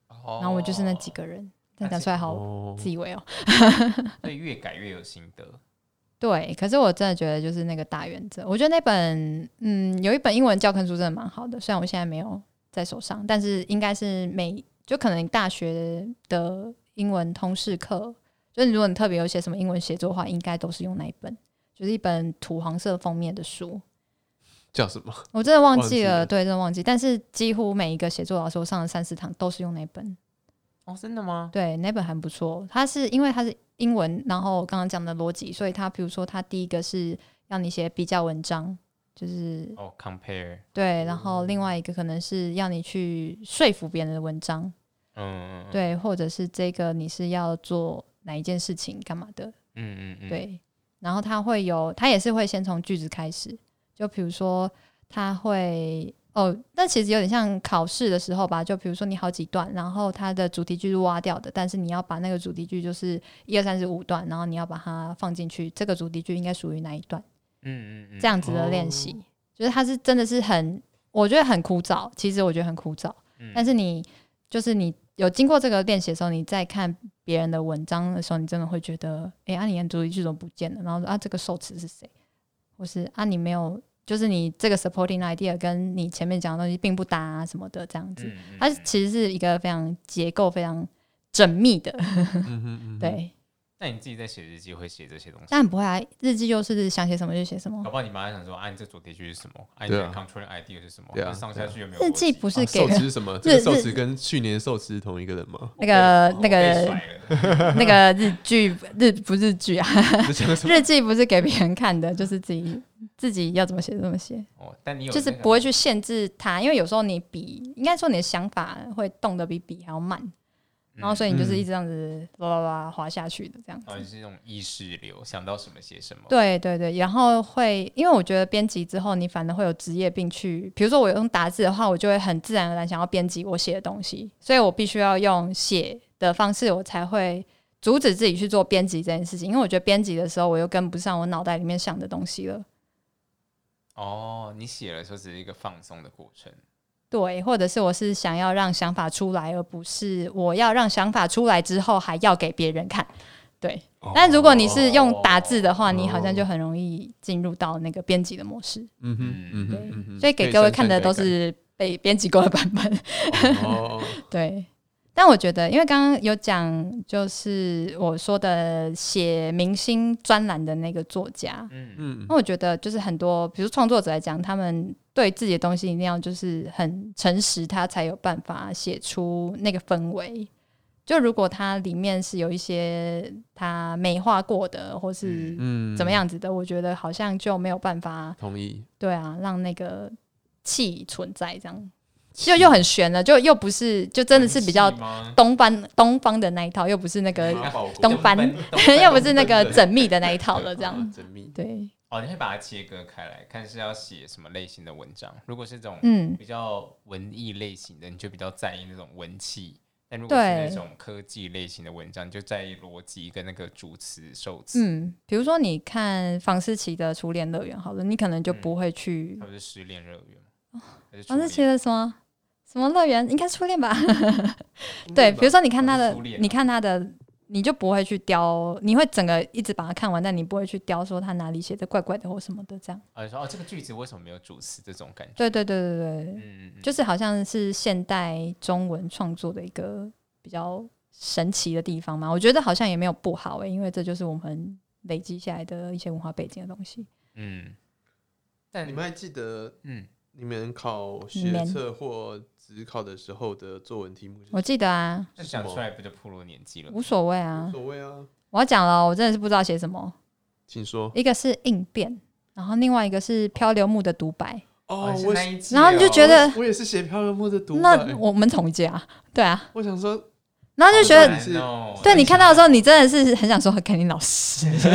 [SPEAKER 1] 哦
[SPEAKER 2] 然后我就是那几，个人，但讲出来好
[SPEAKER 3] 哦，
[SPEAKER 2] 自以为哦。
[SPEAKER 1] 所以越改越有心得。
[SPEAKER 2] 对，可是我真的觉得就是那个大原则，我觉得那本嗯有一本英文教科书真的蛮好的，虽然我现在没有在手上，但是应该是每就可能大学的英文通识课，就是如果你特别有写什么英文写作的话，应该都是用那一本，就是一本土黄色封面的书，
[SPEAKER 3] 叫什么？
[SPEAKER 2] 我真的忘
[SPEAKER 3] 忘记
[SPEAKER 2] 记了，
[SPEAKER 3] 了
[SPEAKER 2] 对，真的忘记，但是几乎每一个写作老师我上了三四堂都是用那本，
[SPEAKER 1] 哦，真的吗？
[SPEAKER 2] 对，那本还不错。它是因为它是英文，然后我刚刚讲的逻辑，所以它比如说它第一个是让你写比较文章，就是
[SPEAKER 1] 哦，compare，
[SPEAKER 2] 对，然后另外一个可能是要你去说服别人的文章，
[SPEAKER 1] 嗯，嗯，
[SPEAKER 2] 对，或者是这个你是要做哪一件事情干嘛的，
[SPEAKER 1] 嗯嗯嗯，，
[SPEAKER 2] 对。然后它会有，它也是会先从句子开始，就比如说它会哦，那其实有点像考试的时候吧，就比如说你好几段，然后它的主题句是挖掉的，但是你要把那个主题句就是一二三四五段，然后你要把它放进去，这个主题句应该属于哪一段？
[SPEAKER 1] 嗯嗯嗯，
[SPEAKER 2] 这样子的练习，就是它是真的是很，我觉得很枯燥。其实我觉得很枯燥，
[SPEAKER 1] 嗯，
[SPEAKER 2] 但是你就是你有经过这个练习的时候，你再看别人的文章的时候，你真的会觉得，哎、啊，你的主语句怎么不见了？然后说啊，这个受词是谁？或是啊，你没有，就是你这个 supporting idea 跟你前面讲的东西并不搭、啊、什么的，这样子。
[SPEAKER 1] 嗯，嗯
[SPEAKER 2] 它其实是一个非常结构非常缜密的，
[SPEAKER 3] 嗯哼嗯哼，
[SPEAKER 2] 对。
[SPEAKER 1] 那你自己在写日记会写这些东西？
[SPEAKER 2] 但不会啊，日记就是想写什么就写什么
[SPEAKER 1] 搞。不好你马上想说，啊，你这主题句是什么？啊，你
[SPEAKER 3] 对
[SPEAKER 1] 的
[SPEAKER 3] 啊
[SPEAKER 1] control idea 是什么？
[SPEAKER 3] 对啊
[SPEAKER 1] 那上下句有没有逻
[SPEAKER 2] 日
[SPEAKER 1] 辑？
[SPEAKER 2] 记不是
[SPEAKER 3] 啊
[SPEAKER 2] 给
[SPEAKER 3] 寿
[SPEAKER 2] 人
[SPEAKER 3] 司是什么？这个
[SPEAKER 2] 日
[SPEAKER 3] 寿
[SPEAKER 2] 日
[SPEAKER 3] 司跟去年的寿司是同一个人吗？
[SPEAKER 2] 那个
[SPEAKER 1] 我被
[SPEAKER 2] 那个
[SPEAKER 1] 甩了
[SPEAKER 2] 那个日剧日不日剧啊，
[SPEAKER 3] 是这样说
[SPEAKER 2] 日记不是给别人看的，就是自己自己要怎么写就怎么写，
[SPEAKER 1] 哦，但你有
[SPEAKER 2] 就是
[SPEAKER 1] 那个
[SPEAKER 2] 不会去限制它，因为有时候你笔应该说你的想法会动得比笔还要慢，然后所以你就是一直这样子啦啦啦滑下去的这样子
[SPEAKER 1] 哦，。你是那种嗯意识流，想到什么写什么。
[SPEAKER 2] 对对对，然后会，因为我觉得编辑之后，你反而会有职业病去，比如说我用打字的话，我就会很自然而然想要编辑我写的东西，所以我必须要用写的方式，我才会阻止自己去做编辑这件事情，因为我觉得编辑的时候，我又跟不上我脑袋里面想的东西了。
[SPEAKER 1] 哦，你写了说只是一个放松的过程。
[SPEAKER 2] 对，或者是我是想要让想法出来，而不是我要让想法出来之后还要给别人看。对，但如果你是用打字的话，你好像就很容易进入到那个编辑的模式。
[SPEAKER 3] 嗯
[SPEAKER 1] 嗯
[SPEAKER 3] 哼嗯
[SPEAKER 2] 对
[SPEAKER 3] 哼嗯哼，
[SPEAKER 2] 所以给各位看的都是被编辑过的版本。
[SPEAKER 3] 可以删删改改哦，
[SPEAKER 2] 对，但我觉得，因为刚刚有讲，就是我说的写明星专栏的那个作家，
[SPEAKER 1] 嗯
[SPEAKER 3] 嗯
[SPEAKER 2] 那 我觉得就是很多，比如创作者来讲，他们对自己的东西一定要就是很诚实，他才有办法写出那个氛围。就如果它里面是有一些他美化过的，或是
[SPEAKER 3] 嗯，
[SPEAKER 2] 怎么？样子的，我觉得好像就没有办法
[SPEAKER 3] 同意，
[SPEAKER 2] 对啊，让那个气存在，这样就又很悬了，就又不是，就真的是比较
[SPEAKER 1] 很细吗
[SPEAKER 2] 东方东方的那一套，又不是那个，
[SPEAKER 3] 妈宝
[SPEAKER 2] 东翻
[SPEAKER 1] 东翻
[SPEAKER 2] 又不是那个缜密的那一套了，这样
[SPEAKER 3] 缜密，
[SPEAKER 2] 对，
[SPEAKER 1] 哦，你会把它切割开来，看是要写什么类型的文章。如果是这种
[SPEAKER 2] 嗯，
[SPEAKER 1] 比较文艺类型的，你就比较在意那种文气；但如果是
[SPEAKER 2] 对
[SPEAKER 1] 那种科技类型的文章，你就在意逻辑跟那个主词、受词，
[SPEAKER 2] 嗯，比如说你看房思琪的《初恋乐园》好了，你可能就不会去
[SPEAKER 1] 它不是失恋热源
[SPEAKER 2] 哦
[SPEAKER 1] 吗？还是嗯初
[SPEAKER 2] 房思琪
[SPEAKER 1] 恋
[SPEAKER 2] 的什么什么乐园，应该初恋吧？对，比如说你看他
[SPEAKER 1] 我是
[SPEAKER 2] 的
[SPEAKER 1] 初，恋啊
[SPEAKER 2] 你看他的，你就不会去雕，你会整个一直把它看完，但你不会去雕说他哪里写的怪怪的或什么的这样。
[SPEAKER 1] 啊，你说哦，这个句子为什么没有主词？这种感觉，
[SPEAKER 2] 对对对对对，
[SPEAKER 1] 嗯，嗯嗯
[SPEAKER 2] 就是好像是现代中文创作的一个比较神奇的地方嘛。我觉得好像也没有不好欸诶、因为这就是我们累积下来的一些文化背景的东西。
[SPEAKER 1] 嗯，但
[SPEAKER 3] 你们还记得
[SPEAKER 1] 嗯，
[SPEAKER 3] 你们考
[SPEAKER 2] 你
[SPEAKER 3] 学
[SPEAKER 2] 们
[SPEAKER 3] 测或职考的时候的作文题目是
[SPEAKER 2] 我记得啊，
[SPEAKER 1] 那
[SPEAKER 3] 是
[SPEAKER 1] 讲
[SPEAKER 3] 什么
[SPEAKER 1] 出来不就暴露年纪了？
[SPEAKER 2] 无所谓
[SPEAKER 3] 无
[SPEAKER 2] 啊，
[SPEAKER 3] 所谓啊，
[SPEAKER 2] 我要讲了，我真的是不知道写什么。
[SPEAKER 3] 请说。
[SPEAKER 2] 一个是应变，然后另外一个是漂流木的独白。
[SPEAKER 1] 哦，
[SPEAKER 3] 哦
[SPEAKER 1] 你，是
[SPEAKER 3] 我
[SPEAKER 1] 那
[SPEAKER 3] 也
[SPEAKER 1] 一季
[SPEAKER 2] 然后
[SPEAKER 1] 哦
[SPEAKER 2] 你就觉得
[SPEAKER 3] 我也是写漂流木的独白
[SPEAKER 2] 那，我们同一届啊，对啊，
[SPEAKER 3] 我想说，
[SPEAKER 2] 然后就觉
[SPEAKER 3] 好
[SPEAKER 2] 得
[SPEAKER 3] 难。是
[SPEAKER 1] 哦
[SPEAKER 2] 对你 看到的时候，你真的是很想说肯定老师，
[SPEAKER 1] 你就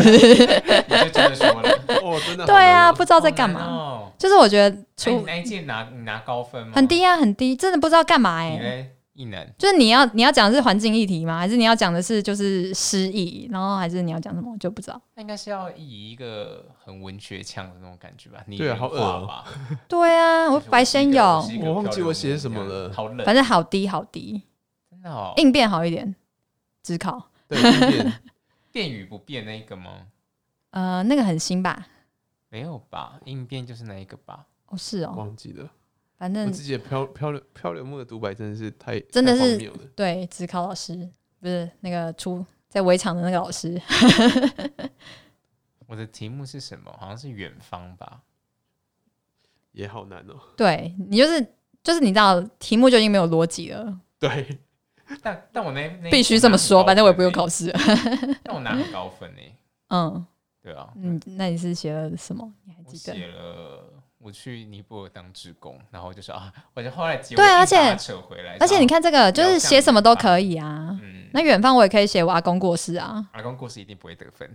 [SPEAKER 1] 真的说了， 不知
[SPEAKER 3] 哦，真的好
[SPEAKER 2] 对啊，
[SPEAKER 3] 难哦
[SPEAKER 2] 不知道在干
[SPEAKER 1] 哎、
[SPEAKER 2] 嘛。
[SPEAKER 1] 哦
[SPEAKER 2] 就是我觉得
[SPEAKER 1] 哎
[SPEAKER 2] 除
[SPEAKER 1] 你那一届拿你拿高分吗？
[SPEAKER 2] 很，低啊，很低，真的不知道干嘛哎、
[SPEAKER 1] 你嘞，一能
[SPEAKER 2] 就是你要你要讲的是环境议题吗？还是你要讲的是就是失忆？然后还是你要讲什么？我就不知道。
[SPEAKER 1] 那应该是要以一个很文学腔的那种感觉吧？你
[SPEAKER 3] 对啊
[SPEAKER 1] 人
[SPEAKER 3] 好恶
[SPEAKER 1] 话
[SPEAKER 3] 哦
[SPEAKER 1] 吧？
[SPEAKER 2] 对啊，
[SPEAKER 1] 哎
[SPEAKER 2] 我
[SPEAKER 1] 我
[SPEAKER 2] 白先勇，
[SPEAKER 3] 我忘记我写什么了
[SPEAKER 1] 好冷，
[SPEAKER 2] 反正好低好低，
[SPEAKER 1] 真的哦。
[SPEAKER 2] 应变好一点，只考。
[SPEAKER 3] 对，一 点
[SPEAKER 1] 变与不变那一个吗？
[SPEAKER 2] 呃，那个很新吧？
[SPEAKER 1] 没有吧，应变就是那一个吧。
[SPEAKER 2] 哦，是哦，
[SPEAKER 3] 忘记了。
[SPEAKER 2] 反
[SPEAKER 3] 我
[SPEAKER 2] 正
[SPEAKER 3] 自己的漂漂流漂流木的独白真的是太
[SPEAKER 2] 嗯真的是
[SPEAKER 3] 太荒谬了
[SPEAKER 2] 对，只考老师不是那个出在围场的那个老师，
[SPEAKER 1] 我的题目是什么？好像是远方吧。
[SPEAKER 3] 也好难哦。
[SPEAKER 2] 对你就是就是你知道题目就已经没有逻辑了，
[SPEAKER 3] 对，
[SPEAKER 1] 但但我那那一
[SPEAKER 2] 必须
[SPEAKER 1] 届
[SPEAKER 2] 这么
[SPEAKER 1] 拿很
[SPEAKER 2] 说，
[SPEAKER 1] 高
[SPEAKER 2] 反正我也不
[SPEAKER 1] 分
[SPEAKER 2] 用
[SPEAKER 1] 欸
[SPEAKER 2] 考，试了。
[SPEAKER 1] 但我拿很高分诶、 欸
[SPEAKER 2] 嗯
[SPEAKER 1] 对啊，
[SPEAKER 2] 嗯，那你是写了什么？你还
[SPEAKER 1] 我
[SPEAKER 2] 记得？
[SPEAKER 1] 写了我去尼泊尔当职工，然后就说啊，我就后来结
[SPEAKER 2] 对
[SPEAKER 1] 尾硬
[SPEAKER 2] 而且
[SPEAKER 1] 把它扯回来，
[SPEAKER 2] 而且你看这个，就是写什么都可以啊。
[SPEAKER 1] 嗯，
[SPEAKER 2] 那远方我也可以写我阿公过世啊，
[SPEAKER 1] 阿公故事一定不会得分，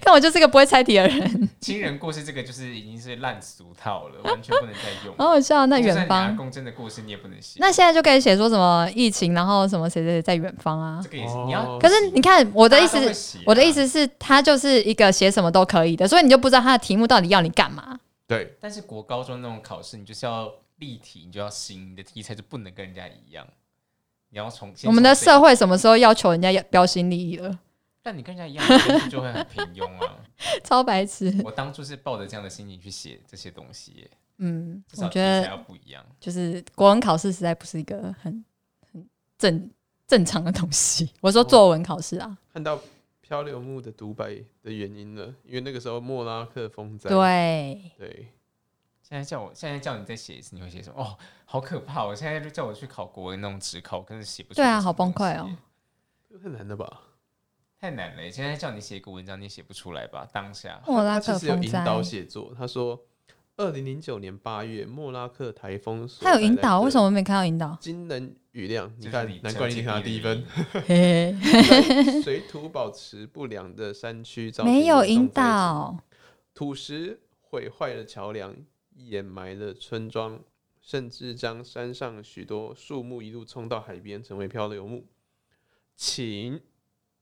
[SPEAKER 2] 看我就是个不会猜题的人，
[SPEAKER 1] 亲人故事这个就是已经是烂俗套 了，完全不能再用。
[SPEAKER 2] 好好笑啊。那
[SPEAKER 1] 就算
[SPEAKER 2] 远
[SPEAKER 1] 你阿
[SPEAKER 2] 方，
[SPEAKER 1] 公真的故事你也不能写，
[SPEAKER 2] 那现在就可以写说什么疫情，然后什么谁谁谁在远方啊
[SPEAKER 1] 这。个也是
[SPEAKER 3] 哦
[SPEAKER 1] 你要。
[SPEAKER 2] 可是你看我的意
[SPEAKER 1] 大家都
[SPEAKER 2] 思
[SPEAKER 1] 会，写啊
[SPEAKER 2] 我的意，思是，他就是一个写什么都可以的，所以你就不知道他的题目到底要你干嘛。
[SPEAKER 3] 对，
[SPEAKER 1] 但是国高中那种考试，你就是要例题，你就要新，你的题材就不能跟人家一样。你要从
[SPEAKER 2] 我们的社
[SPEAKER 1] 会，
[SPEAKER 2] 会什么时候要求人家要标新立异了？
[SPEAKER 1] 但你跟人家一样，分数就会很平庸 啊。
[SPEAKER 2] 超白痴。
[SPEAKER 1] 我当初是抱着这样的心情去写这些东西耶，
[SPEAKER 2] 嗯，
[SPEAKER 1] 至
[SPEAKER 2] 我
[SPEAKER 1] 少
[SPEAKER 2] 觉
[SPEAKER 1] 题
[SPEAKER 2] 得
[SPEAKER 1] 材要不一样。
[SPEAKER 2] 就是国文考试实在不是一个很很正正常的东西。我说作文考试啊，
[SPEAKER 3] 看到漂流木的独白的原因了，因为那个时候莫拉克风灾，
[SPEAKER 2] 对，
[SPEAKER 3] 对，
[SPEAKER 1] 现在叫我，现在叫你再写一次，你会写什么？哦，好可怕哦！我现在就叫我去考国文那种职考，我根本写不出。
[SPEAKER 2] 对啊好崩溃哦！
[SPEAKER 3] 这个很难的吧？
[SPEAKER 1] 太难了耶！现在叫你写一个文章，你也写不出来吧？当下
[SPEAKER 2] 莫拉
[SPEAKER 3] 他
[SPEAKER 2] 克
[SPEAKER 3] 其实有
[SPEAKER 2] 风
[SPEAKER 3] 引
[SPEAKER 2] 灾，
[SPEAKER 3] 导写作，他说，二零零九年八月莫拉克台风，
[SPEAKER 2] 他有引导，为什？么没看到引导？
[SPEAKER 3] 惊人雨量，你
[SPEAKER 1] 就是
[SPEAKER 3] 看，难怪
[SPEAKER 1] 成绩
[SPEAKER 3] 你给他
[SPEAKER 1] 低
[SPEAKER 3] 低
[SPEAKER 1] 的原
[SPEAKER 3] 分。
[SPEAKER 1] 因。
[SPEAKER 2] 嘿嘿
[SPEAKER 3] 在水土保持不良的山区造成
[SPEAKER 2] 没有
[SPEAKER 3] 严重
[SPEAKER 2] 引
[SPEAKER 3] 灾情，
[SPEAKER 2] 导，
[SPEAKER 3] 土石毁坏了桥梁，掩埋了村庄，甚至将山上许多树木一路冲到海边，成为漂流木。请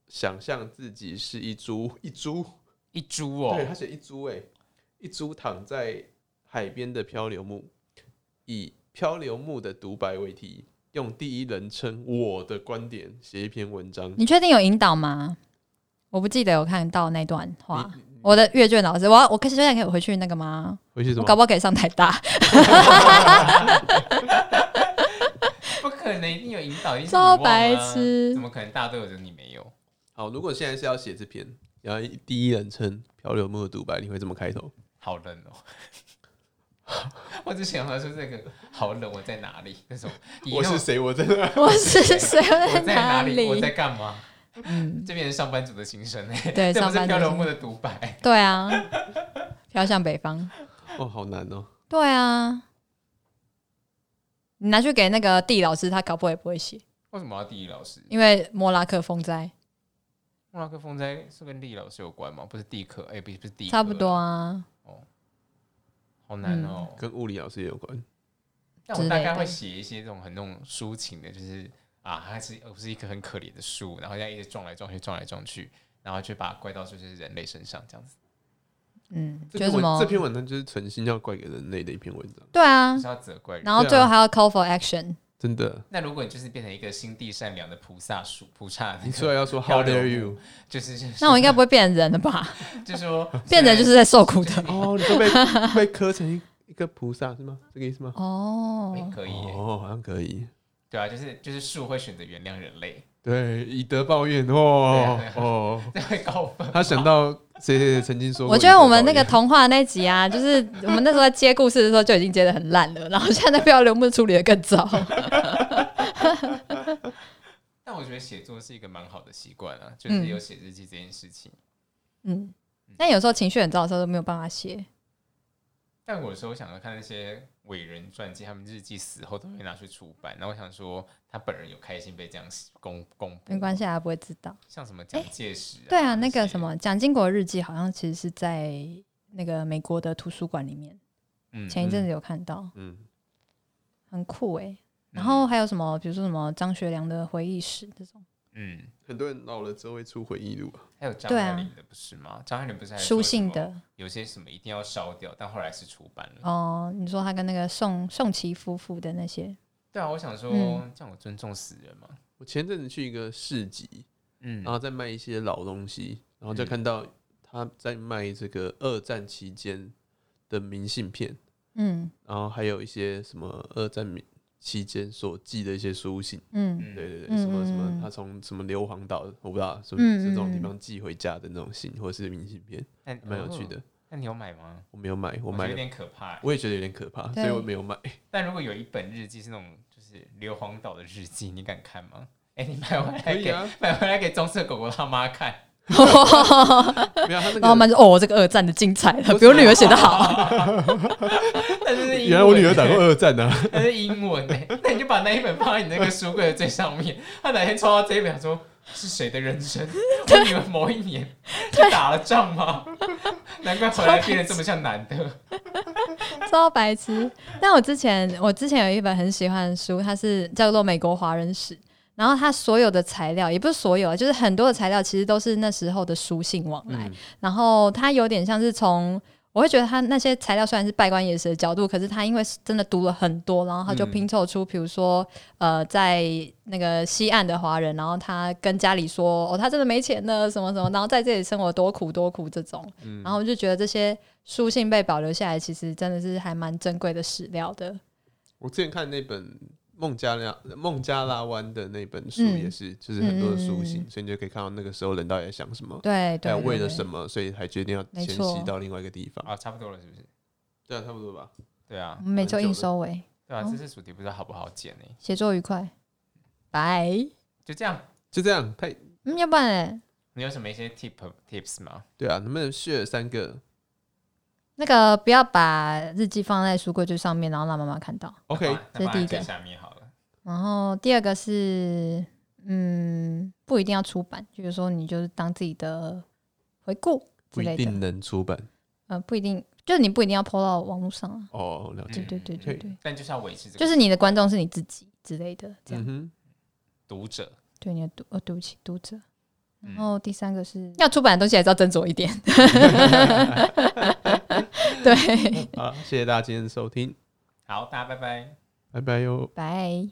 [SPEAKER 3] 想象自己是一株 一株，
[SPEAKER 1] 一株
[SPEAKER 3] 对，
[SPEAKER 1] 哦，
[SPEAKER 3] 他写一株哎、一株躺在海边的漂流木，以漂流木的独白为题，用第一人称我的观点写一篇文章。
[SPEAKER 2] 你确定有引导吗？我不记得有看到那段话
[SPEAKER 3] 你。你
[SPEAKER 2] 我的阅卷老师，我要我可现在可以回去那个吗？
[SPEAKER 3] 回去怎
[SPEAKER 2] 我
[SPEAKER 3] 么
[SPEAKER 2] 搞？不好可以上台 大，
[SPEAKER 1] 不可能，一定有引导，一定是你
[SPEAKER 2] 超
[SPEAKER 1] 忘
[SPEAKER 2] 白
[SPEAKER 1] 啊
[SPEAKER 2] 痴
[SPEAKER 1] 怎么可能大家都有，只有你没有？
[SPEAKER 3] 好，如果现在是要写这篇，然后第一人称漂流木的独白，你会怎么开头？
[SPEAKER 1] 好冷哦！ 我只想到说这个好冷，我在哪里？那种以
[SPEAKER 3] 我
[SPEAKER 1] 那种
[SPEAKER 3] 是谁？我真的
[SPEAKER 2] 我是谁？
[SPEAKER 1] 我
[SPEAKER 2] 我
[SPEAKER 1] 在
[SPEAKER 2] 哪
[SPEAKER 1] 哪里？我在干嘛？
[SPEAKER 2] 嗯，
[SPEAKER 1] 这边是上班族的心声哎，
[SPEAKER 2] 对
[SPEAKER 1] 这不
[SPEAKER 2] 上班
[SPEAKER 1] 是
[SPEAKER 2] 族
[SPEAKER 1] 漂流木的独白。
[SPEAKER 2] 对啊，飘向北方。
[SPEAKER 3] 哦，好难哦。
[SPEAKER 2] 对啊，你拿去给那个地理老师，他搞不好也不会写，
[SPEAKER 1] 为什么要地理老师？
[SPEAKER 2] 因为莫拉克风灾
[SPEAKER 1] 莫拉克风灾是跟地理老师有关吗？不是地科，哎、不是不是地科，
[SPEAKER 2] 差不多，啊。
[SPEAKER 1] 好难哦、
[SPEAKER 3] 跟物理老师也有关。
[SPEAKER 1] 但我大
[SPEAKER 2] 之类
[SPEAKER 1] 概
[SPEAKER 2] 的
[SPEAKER 1] 会写一些这种很那种抒情的，就是啊，它是而不是一棵很可怜的树，然后这样一直撞来撞去，撞来撞去，然后就把它怪到就是人类身上这样子，
[SPEAKER 2] 嗯，
[SPEAKER 3] 这
[SPEAKER 2] 就是
[SPEAKER 3] 篇
[SPEAKER 2] 什
[SPEAKER 3] 文
[SPEAKER 2] 么
[SPEAKER 3] 这？篇文章就是存心要怪给人类的一篇文章，
[SPEAKER 2] 对啊
[SPEAKER 1] 就，是要责怪人。
[SPEAKER 2] 然后最后还要 call for action。
[SPEAKER 3] 真的。
[SPEAKER 1] 那如果你就是变成一个心地善良的菩萨树菩萨，
[SPEAKER 3] 你出来要说
[SPEAKER 1] 漂
[SPEAKER 3] How
[SPEAKER 1] 流
[SPEAKER 3] dare
[SPEAKER 1] 木
[SPEAKER 3] you？
[SPEAKER 1] 就是就是啊
[SPEAKER 2] 那我应该不会变成人了吧？
[SPEAKER 1] 就说
[SPEAKER 2] 变成就是在受苦的。
[SPEAKER 3] 哦，你就被 被磕成一一个菩萨是吗？这个意思吗？
[SPEAKER 1] 哎
[SPEAKER 2] 哦，
[SPEAKER 1] 可以耶、
[SPEAKER 3] 哦，好像可以。
[SPEAKER 1] 对啊，就是就是树会选择原谅人类，
[SPEAKER 3] 对，以德报怨哦
[SPEAKER 1] 对啊
[SPEAKER 3] 哦，
[SPEAKER 1] 那会高分。
[SPEAKER 3] 他想到谁谁谁曾经说过
[SPEAKER 2] 我
[SPEAKER 3] 以德
[SPEAKER 2] 觉
[SPEAKER 3] 报怨，
[SPEAKER 2] 得我们那个童话那集啊，就是我们那时候在接故事的时候就已经接的很烂了，然后现在被流木处理的更糟。
[SPEAKER 1] 但我觉得写作是一个蛮好的习惯啊，就是有写日记这件事情。
[SPEAKER 2] 嗯，但有时候情绪很糟的时候都没有办法写。
[SPEAKER 1] 但我有时候想要看那些伟人传记，他们日记死后都会拿去出版，然后我想说他本人有开心被这样公公布，
[SPEAKER 2] 没关系啊，他不会知道。
[SPEAKER 1] 像什么蒋介石、
[SPEAKER 2] 对啊，那个什，
[SPEAKER 1] 些
[SPEAKER 2] 么蒋经国日记好像其实是在那个美国的图书馆里面，
[SPEAKER 1] 嗯
[SPEAKER 2] 前一阵子有看到，
[SPEAKER 3] 嗯，
[SPEAKER 2] 很酷诶、然后还有什么，比如说什么张学良的回忆史这种
[SPEAKER 1] 嗯，
[SPEAKER 3] 很多人老了之后会出回忆录啊。
[SPEAKER 1] 还有张
[SPEAKER 2] 对
[SPEAKER 1] 爱
[SPEAKER 2] 啊
[SPEAKER 1] 玲的不是吗？张爱玲不是还
[SPEAKER 2] 书
[SPEAKER 1] 哎说什
[SPEAKER 2] 信
[SPEAKER 1] 么
[SPEAKER 2] 的
[SPEAKER 1] 有些什么一定要烧掉，但后来是出版了。
[SPEAKER 2] 哦、你说他跟那个宋宋琦夫妇的那些，
[SPEAKER 1] 对啊，我想说、
[SPEAKER 2] 嗯
[SPEAKER 1] 这样我尊重死人嘛。
[SPEAKER 3] 我前阵子去一个市集，
[SPEAKER 1] 嗯
[SPEAKER 3] 然后再卖一些老东西，然后就
[SPEAKER 1] 嗯
[SPEAKER 3] 看到他在卖这个二战期间的明信片，
[SPEAKER 2] 嗯
[SPEAKER 3] 然后还有一些什么二战民期间所寄的一些书信，
[SPEAKER 2] 嗯
[SPEAKER 1] 嗯
[SPEAKER 3] 对对对，
[SPEAKER 2] 嗯
[SPEAKER 3] 什么什
[SPEAKER 2] 嗯
[SPEAKER 3] 么
[SPEAKER 2] 嗯
[SPEAKER 3] 他从什么硫磺岛，我不知道，什
[SPEAKER 2] 嗯
[SPEAKER 3] 么这种地
[SPEAKER 2] 嗯嗯
[SPEAKER 3] 方寄回家的那种信或者是明信片，
[SPEAKER 1] 但
[SPEAKER 3] 蛮有趣的
[SPEAKER 1] 哦。那你有买吗？
[SPEAKER 3] 我没有买，
[SPEAKER 1] 我
[SPEAKER 3] 我
[SPEAKER 1] 觉
[SPEAKER 3] 买
[SPEAKER 1] 得有
[SPEAKER 3] 了，
[SPEAKER 1] 点可怕欸。
[SPEAKER 3] 我也觉得有点可怕，所以
[SPEAKER 2] 对
[SPEAKER 3] 我没有买。
[SPEAKER 1] 但如果有一本日记是那种就是硫磺岛的日记，你敢看吗？哎、你买回来
[SPEAKER 3] 可以
[SPEAKER 1] 给、
[SPEAKER 3] 啊
[SPEAKER 1] 买回来给棕色狗狗他妈看，
[SPEAKER 3] 没有啊他那
[SPEAKER 2] 然后
[SPEAKER 3] 个，
[SPEAKER 2] 们就 哦，这个二战的精彩了，
[SPEAKER 3] 不
[SPEAKER 2] 比
[SPEAKER 3] 是啊
[SPEAKER 2] 我女儿写的好。
[SPEAKER 1] 但是是英
[SPEAKER 3] 原来我女儿
[SPEAKER 1] 文
[SPEAKER 3] 打过二战啊呢、
[SPEAKER 1] 那是英文呢、 那你就把那一本放在你那个书柜的最上面。他哪天抽到这一本，想说是谁的人 生？我女儿某一年去打了仗吗？难怪回来变得这么像男的。
[SPEAKER 2] 超白痴。但我之前我之前有一本很喜欢的书，它是叫做《美国华人史》，然后它所有的材料也不是所有啊，就是很多的材料其实都是那时候的书信往来，然后它有点像是从。我会觉得它那些材料虽然是拜官野史的角度，可是它因为真的读了很多，然后它就
[SPEAKER 3] 嗯
[SPEAKER 2] 拼凑出，比如说，呃，在那个西岸的华人，然后他跟家里说，哦，他真的没钱了，什么什么，然后在这里生活多苦多苦这种，然后我就觉得这些书信被保留下来，其实真的是还蛮珍贵的史料的。
[SPEAKER 3] 我之前看那本孟加拉孟加拉湾的那本书
[SPEAKER 2] 嗯
[SPEAKER 3] 也是，就是很多的书信，
[SPEAKER 2] 嗯
[SPEAKER 3] 所以你就可以看到那个时候人到底在想什么，
[SPEAKER 2] 对
[SPEAKER 3] 还
[SPEAKER 2] 对
[SPEAKER 3] 有为
[SPEAKER 2] 对
[SPEAKER 3] 了什么，所以还决定要
[SPEAKER 2] 没
[SPEAKER 3] 迁
[SPEAKER 2] 错
[SPEAKER 3] 徙到另外一个地方。
[SPEAKER 1] 啊，差不多了，是不是？
[SPEAKER 3] 对啊，差不多吧。
[SPEAKER 1] 对啊
[SPEAKER 2] 我，们每周
[SPEAKER 3] 蛮久
[SPEAKER 2] 一
[SPEAKER 3] 的
[SPEAKER 2] 收尾，
[SPEAKER 1] 对啊，
[SPEAKER 2] 哦
[SPEAKER 1] 这次主题不知道好不好剪呢、
[SPEAKER 2] 写作愉快，拜。
[SPEAKER 1] 就这样，
[SPEAKER 3] 就这样，太
[SPEAKER 2] 嗯，要不然欸
[SPEAKER 1] 你有什么一些 tip tips 吗？
[SPEAKER 3] 对啊，能不能 share 三个
[SPEAKER 2] 那个不要把日记放在书柜最上面，然后让妈妈看到。
[SPEAKER 3] ？OK，
[SPEAKER 1] 那放
[SPEAKER 2] 这是第一
[SPEAKER 1] 在最
[SPEAKER 2] 个
[SPEAKER 1] 下面好了。
[SPEAKER 2] 然后第二个是，嗯，不一定要出版，就是说你就是当自己的回顾之
[SPEAKER 3] 不一
[SPEAKER 2] 类的
[SPEAKER 3] 定，能出版
[SPEAKER 2] 呃，不一定，就是你不一定要 PO 到网络上啊。
[SPEAKER 3] 哦，了解。
[SPEAKER 2] 对对对对
[SPEAKER 3] 嗯
[SPEAKER 2] 对，
[SPEAKER 1] 但就是要维持这个，
[SPEAKER 2] 就是你的观众是你自己之类的，这样。
[SPEAKER 3] 嗯哼，
[SPEAKER 1] 读者。
[SPEAKER 2] 对你的读呃，对不起，读者。然
[SPEAKER 1] 嗯
[SPEAKER 2] 后第三个是、要出版的东西还是要斟酌一 点。对，嗯
[SPEAKER 3] 好，谢谢大家今天的收听，
[SPEAKER 1] 好，大家拜拜。
[SPEAKER 3] 拜拜哟。
[SPEAKER 2] 拜。